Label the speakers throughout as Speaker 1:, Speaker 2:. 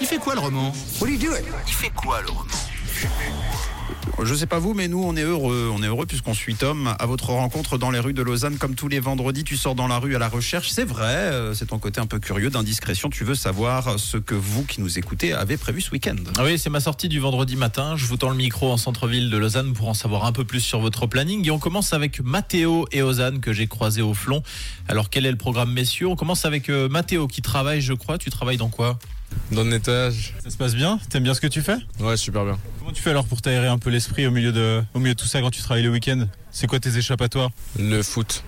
Speaker 1: Il fait quoi le roman
Speaker 2: Il fait quoi le roman
Speaker 3: Je sais pas vous, mais nous, on est heureux. On est heureux puisqu'on suit Tom à votre rencontre dans les rues de Lausanne, comme tous les vendredis. Tu sors dans la rue à la recherche. C'est vrai, euh, c'est ton côté un peu curieux d'indiscrétion. Tu veux savoir ce que vous qui nous écoutez avez prévu ce week-end.
Speaker 4: Ah oui, c'est ma sortie du vendredi matin. Je vous tends le micro en centre-ville de Lausanne pour en savoir un peu plus sur votre planning. Et on commence avec Mathéo et Ozanne que j'ai croisé au flon. Alors quel est le programme, messieurs On commence avec euh, Mathéo qui travaille, je crois. Tu travailles dans quoi
Speaker 5: Dans le nettoyage
Speaker 4: Ça se passe bien T'aimes bien ce que tu fais
Speaker 5: Ouais, super bien.
Speaker 4: Comment tu fais alors pour t'aérer un peu l'esprit au milieu de au milieu de tout ça quand tu travailles le week-end C'est quoi tes échappatoires
Speaker 5: Le foot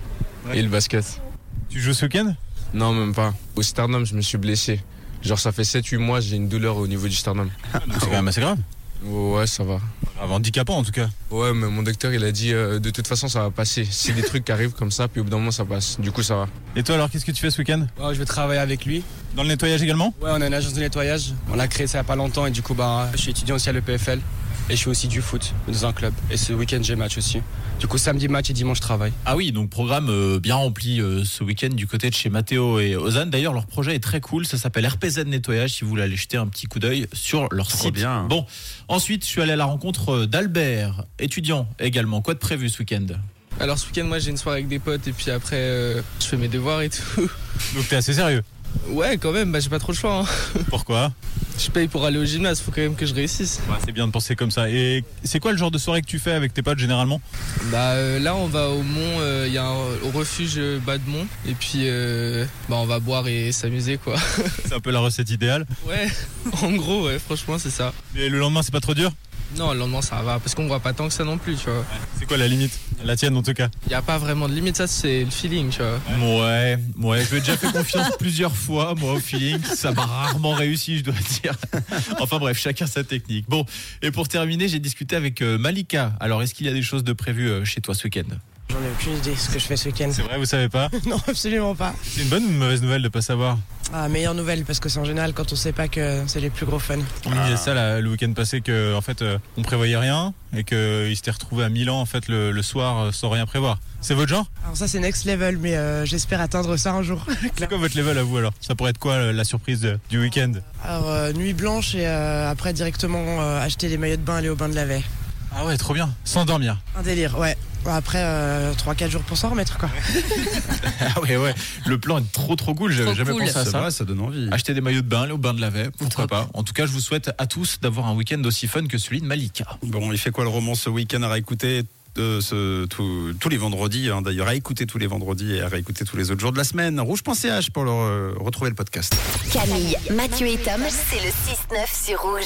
Speaker 5: et le basket.
Speaker 4: Tu joues ce week-end
Speaker 5: Non, même pas. Au sternum, je me suis blessé. Genre, ça fait 7-8 mois, j'ai une douleur au niveau du sternum.
Speaker 4: C'est quand même assez grave.
Speaker 5: Ouais, ça va.
Speaker 4: Grave handicapant en tout cas.
Speaker 5: Ouais, mais mon docteur, il a dit euh, de toute façon, ça va passer. C'est des trucs qui arrivent comme ça, puis au bout d'un moment, ça passe. Du coup, ça va.
Speaker 4: Et toi alors qu'est-ce que tu fais ce week-end
Speaker 6: Ouais, je vais travailler avec lui.
Speaker 4: Dans le nettoyage également
Speaker 6: Ouais, on a une agence de nettoyage. On l'a créée ça il y a pas longtemps et du coup, bah, je suis étudiant aussi à l'EPFL et je fais aussi du foot dans un club. Et ce week-end, j'ai match aussi. Du coup, samedi match et dimanche, je travaille.
Speaker 4: Ah oui, donc programme euh, bien rempli euh, ce week-end du côté de chez Mathéo et Ozan. D'ailleurs, leur projet est très cool. Ça s'appelle RPZ Nettoyage. Si vous voulez aller jeter un petit coup d'œil sur leur
Speaker 3: Trop
Speaker 4: site.
Speaker 3: bien.
Speaker 4: Bon, ensuite, je suis allé à la rencontre euh, d'Albert, étudiant également. Quoi de prévu ce week-end
Speaker 7: Alors ce week-end, moi j'ai une soirée avec des potes et puis après euh, je fais mes devoirs et tout.
Speaker 4: Donc t'es assez sérieux.
Speaker 7: Ouais, quand même, bah j'ai pas trop le choix. hein.
Speaker 4: Pourquoi
Speaker 7: Je paye pour aller au gymnase, faut quand même que je réussisse.
Speaker 4: C'est bien de penser comme ça. Et c'est quoi le genre de soirée que tu fais avec tes potes généralement
Speaker 7: Bah euh, là, on va au mont, euh, il y a un, au refuge euh, bas de mont et puis euh, bah on va boire et s'amuser quoi.
Speaker 4: C'est un peu la recette idéale.
Speaker 7: Ouais, en gros, ouais, franchement, c'est ça.
Speaker 4: Et le lendemain, c'est pas trop dur
Speaker 7: Non, le lendemain ça va parce qu'on voit pas tant que ça non plus, tu vois.
Speaker 4: C'est quoi la limite La tienne en tout cas.
Speaker 7: Il y a pas vraiment de limite, ça c'est le feeling, tu vois.
Speaker 4: Ouais, ouais, je lui ai déjà fait confiance plusieurs fois, moi, au feeling. Ça m'a rarement réussi, je dois dire. Enfin bref, chacun sa technique. Bon, et pour terminer, j'ai discuté avec euh, Malika. Alors, est-ce qu'il y a des choses de prévues euh, chez toi ce week-end
Speaker 8: J'en ai aucune idée ce que je fais ce week-end.
Speaker 4: C'est vrai, vous savez pas
Speaker 8: Non, absolument pas.
Speaker 4: C'est une bonne ou une mauvaise nouvelle de pas savoir
Speaker 8: Ah, meilleure nouvelle, parce que c'est en général quand on sait pas que c'est les plus gros fun.
Speaker 4: On me disait ça là, le week-end passé que en fait euh, on prévoyait rien et qu'il s'était retrouvé à Milan en fait le, le soir euh, sans rien prévoir. C'est votre genre
Speaker 8: Alors, ça, c'est next level, mais euh, j'espère atteindre ça un jour.
Speaker 4: C'est quoi votre level à vous alors Ça pourrait être quoi euh, la surprise de- du week-end
Speaker 8: Alors, euh, nuit blanche et euh, après directement euh, acheter les maillots de bain, aller au bain de la veille.
Speaker 4: Ah ouais, trop bien, sans dormir.
Speaker 8: Un délire, ouais. Après, 3-4 jours pour s'en remettre, quoi.
Speaker 4: Ah ouais ouais, le plan est trop trop cool, j'avais
Speaker 9: Trop
Speaker 4: jamais
Speaker 9: cool.
Speaker 4: pensé à
Speaker 3: Ça,
Speaker 4: ça.
Speaker 3: va, Oh, ça donne envie.
Speaker 4: Acheter des maillots de bain, aller au bain de la veille, pourquoi
Speaker 9: Trop
Speaker 4: pas. En tout cas, je vous souhaite à tous d'avoir un week-end aussi fun que celui de Malika.
Speaker 3: Bon, il fait quoi le roman ce week-end à réécouter euh, ce- tous- tous les vendredis, hein, d'ailleurs, à écouter tous les vendredis et à réécouter tous les autres jours de la semaine. Rouge.ch pour leur, euh, retrouver le podcast.
Speaker 10: Camille, Mathieu et Tom, c'est le 6-9 sur Rouge.